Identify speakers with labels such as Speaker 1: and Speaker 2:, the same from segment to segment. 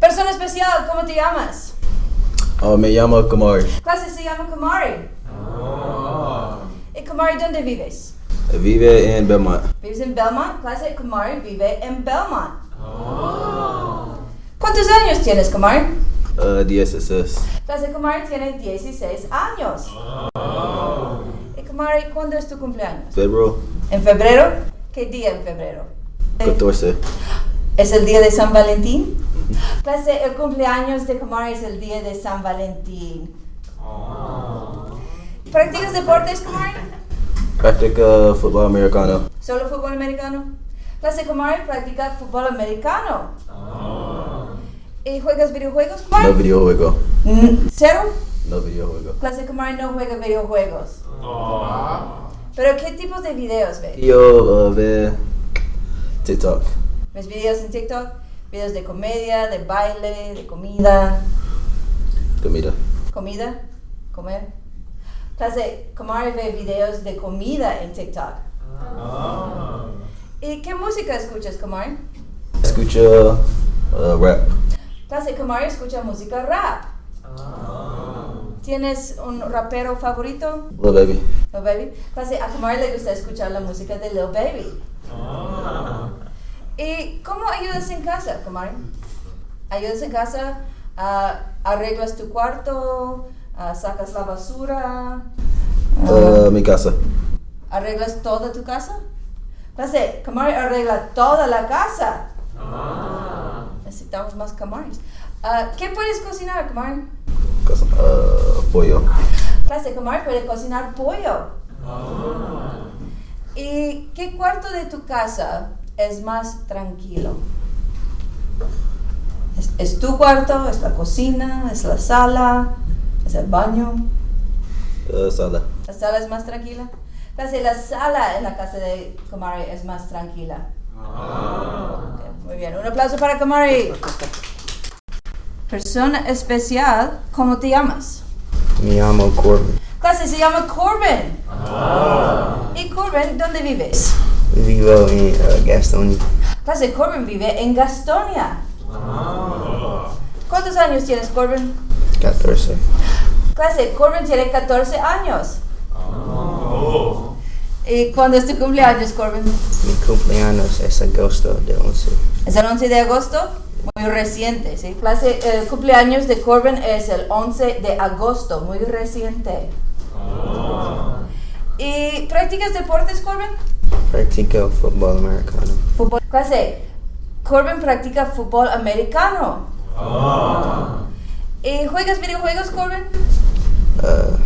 Speaker 1: Persona especial, ¿cómo te llamas?
Speaker 2: Oh, me llamo Kumar.
Speaker 1: Clase se llama Kumari. ¿Y Kumari dónde vives?
Speaker 2: Vive en Belmont.
Speaker 1: Vives en Belmont. Clase Kumari vive en Belmont. ¿Cuántos años tienes, Kumari?
Speaker 2: Uh, DSSS.
Speaker 1: Clase Kumari tiene 16 años. ¿Y Kumari cuándo es tu cumpleaños?
Speaker 2: February
Speaker 1: ¿En febrero? ¿Qué día en febrero?
Speaker 2: 14.
Speaker 1: ¿Es el día de San Valentín? Clase, el cumpleaños de Kumari es el día de San Valentín. ¿Practicas deportes, Kumari?
Speaker 2: Practica football americano.
Speaker 1: ¿Solo fútbol americano? Clase, Kumari practica fútbol americano. ¿Y juegas videojuegos,
Speaker 2: No
Speaker 1: Kumari?
Speaker 2: videojuego.
Speaker 1: Mm, ¿Cero?
Speaker 2: No videojuego.
Speaker 1: Clase, Kumari no juega videojuegos. ¿Pero qué tipos de videos ves?
Speaker 2: Yo uh, ve TikTok.
Speaker 1: ¿Ves videos en TikTok? ¿Videos de comedia, de baile, de comida?
Speaker 2: Comida.
Speaker 1: comida, comer. Clase, Kamari ve videos de comida en TikTok. ¿Y qué música escuchas, Kamari?
Speaker 2: Escucha uh, rap.
Speaker 1: Clase, Kamari escucha música rap. ¿Tienes un rapero favorito?
Speaker 2: Little baby.
Speaker 1: Lil Baby. Clase, a Kamari le gusta escuchar la música de Lil Baby. ¿Y cómo ayudas en casa, Kamari? ¿Ayudas en casa? Ah, ¿Arreglas tu cuarto? Ah, ¿Sacas la basura? Ah,
Speaker 3: Uh-huh.
Speaker 2: Uh, mi casa.
Speaker 1: ¿Arreglas toda tu casa? Clase, Kamari arregla toda la casa. Necesitamos más Kamaris. Ah, ¿Qué puedes cocinar, Kamari?
Speaker 2: Casa. Uh, pollo.
Speaker 1: Clase, Kamari puede cocinar pollo. ¿Y qué cuarto de tu casa es más tranquilo? ¿Es, es tu cuarto? ¿Es la cocina? ¿Es la sala? ¿Es el baño?
Speaker 2: Uh, sala.
Speaker 1: ¿La sala es más tranquila? Clase, la sala en la casa de Kamari es más tranquila. Ok, Muy bien, un aplauso para Kamari. Persona especial, ¿cómo te llamas?
Speaker 3: Me llamo Corbin.
Speaker 1: Clase, se llama Corbin. ¿Y Corbin, dónde vives?
Speaker 3: Vivo en uh, Gastonia.
Speaker 1: Clase, Corbin vive en Gastonia. ¿Cuántos años tienes, Corbin?
Speaker 3: 14.
Speaker 1: Clase, Corbin tiene 14 años. ¿Y cuándo es tu cumpleaños, Corbin?
Speaker 3: Mi cumpleaños es agosto de 11.
Speaker 1: Es el 11 de agosto, muy reciente, ¿sí? Clase, el cumpleaños de Corbin es el 11 de agosto, muy reciente. ¿Y practicas deportes, Corbin?
Speaker 3: Practico fútbol americano.
Speaker 1: Fútbol. Clase, Corbin practica fútbol americano. ¿Y juegas videojuegos, Corbin?
Speaker 3: Uh,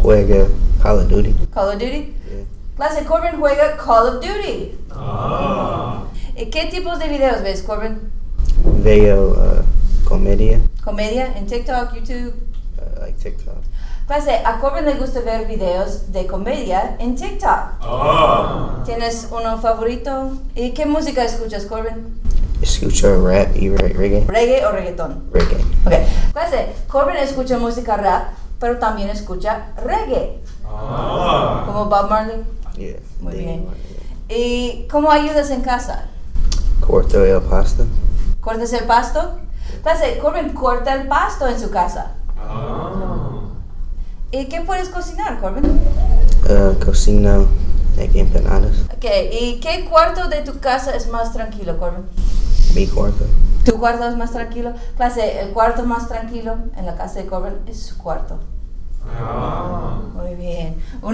Speaker 3: juega Call of Duty.
Speaker 1: Call of Duty.
Speaker 3: Yeah.
Speaker 1: Clase, Corbin juega Call of Duty. ¿Y qué tipos de videos ves, Corbin?
Speaker 3: Veo uh, comedia,
Speaker 1: ¿Comedia en TikTok, YouTube?
Speaker 3: uh, like TikTok.
Speaker 1: Clase, a Corbin le gusta ver videos de comedia en TikTok. ¿Tienes uno favorito? ¿Y qué música escuchas, Corbin?
Speaker 3: Escucho rap y re- reggae.
Speaker 1: ¿Reggae o reggaetón?
Speaker 3: Reggae.
Speaker 1: Ok. Clase, Corbin escucha música rap, pero también escucha reggae. Como Bob Marley.
Speaker 3: Yeah.
Speaker 1: Muy
Speaker 3: Then,
Speaker 1: bien.
Speaker 3: uh,
Speaker 1: ¿Y cómo ayudas en casa?
Speaker 3: Corto el pasta.
Speaker 1: ¿Cortas el pasto? Clase, Corbin corta el pasto en su casa. ¿Y qué puedes cocinar, Corbin?
Speaker 3: Uh, cocino like empanadas.
Speaker 1: Ok, ¿y qué cuarto de tu casa es más tranquilo, Corbin?
Speaker 3: Mi cuarto.
Speaker 1: Tu cuarto es más tranquilo. Clase, el cuarto más tranquilo en la casa de Corbin es su cuarto.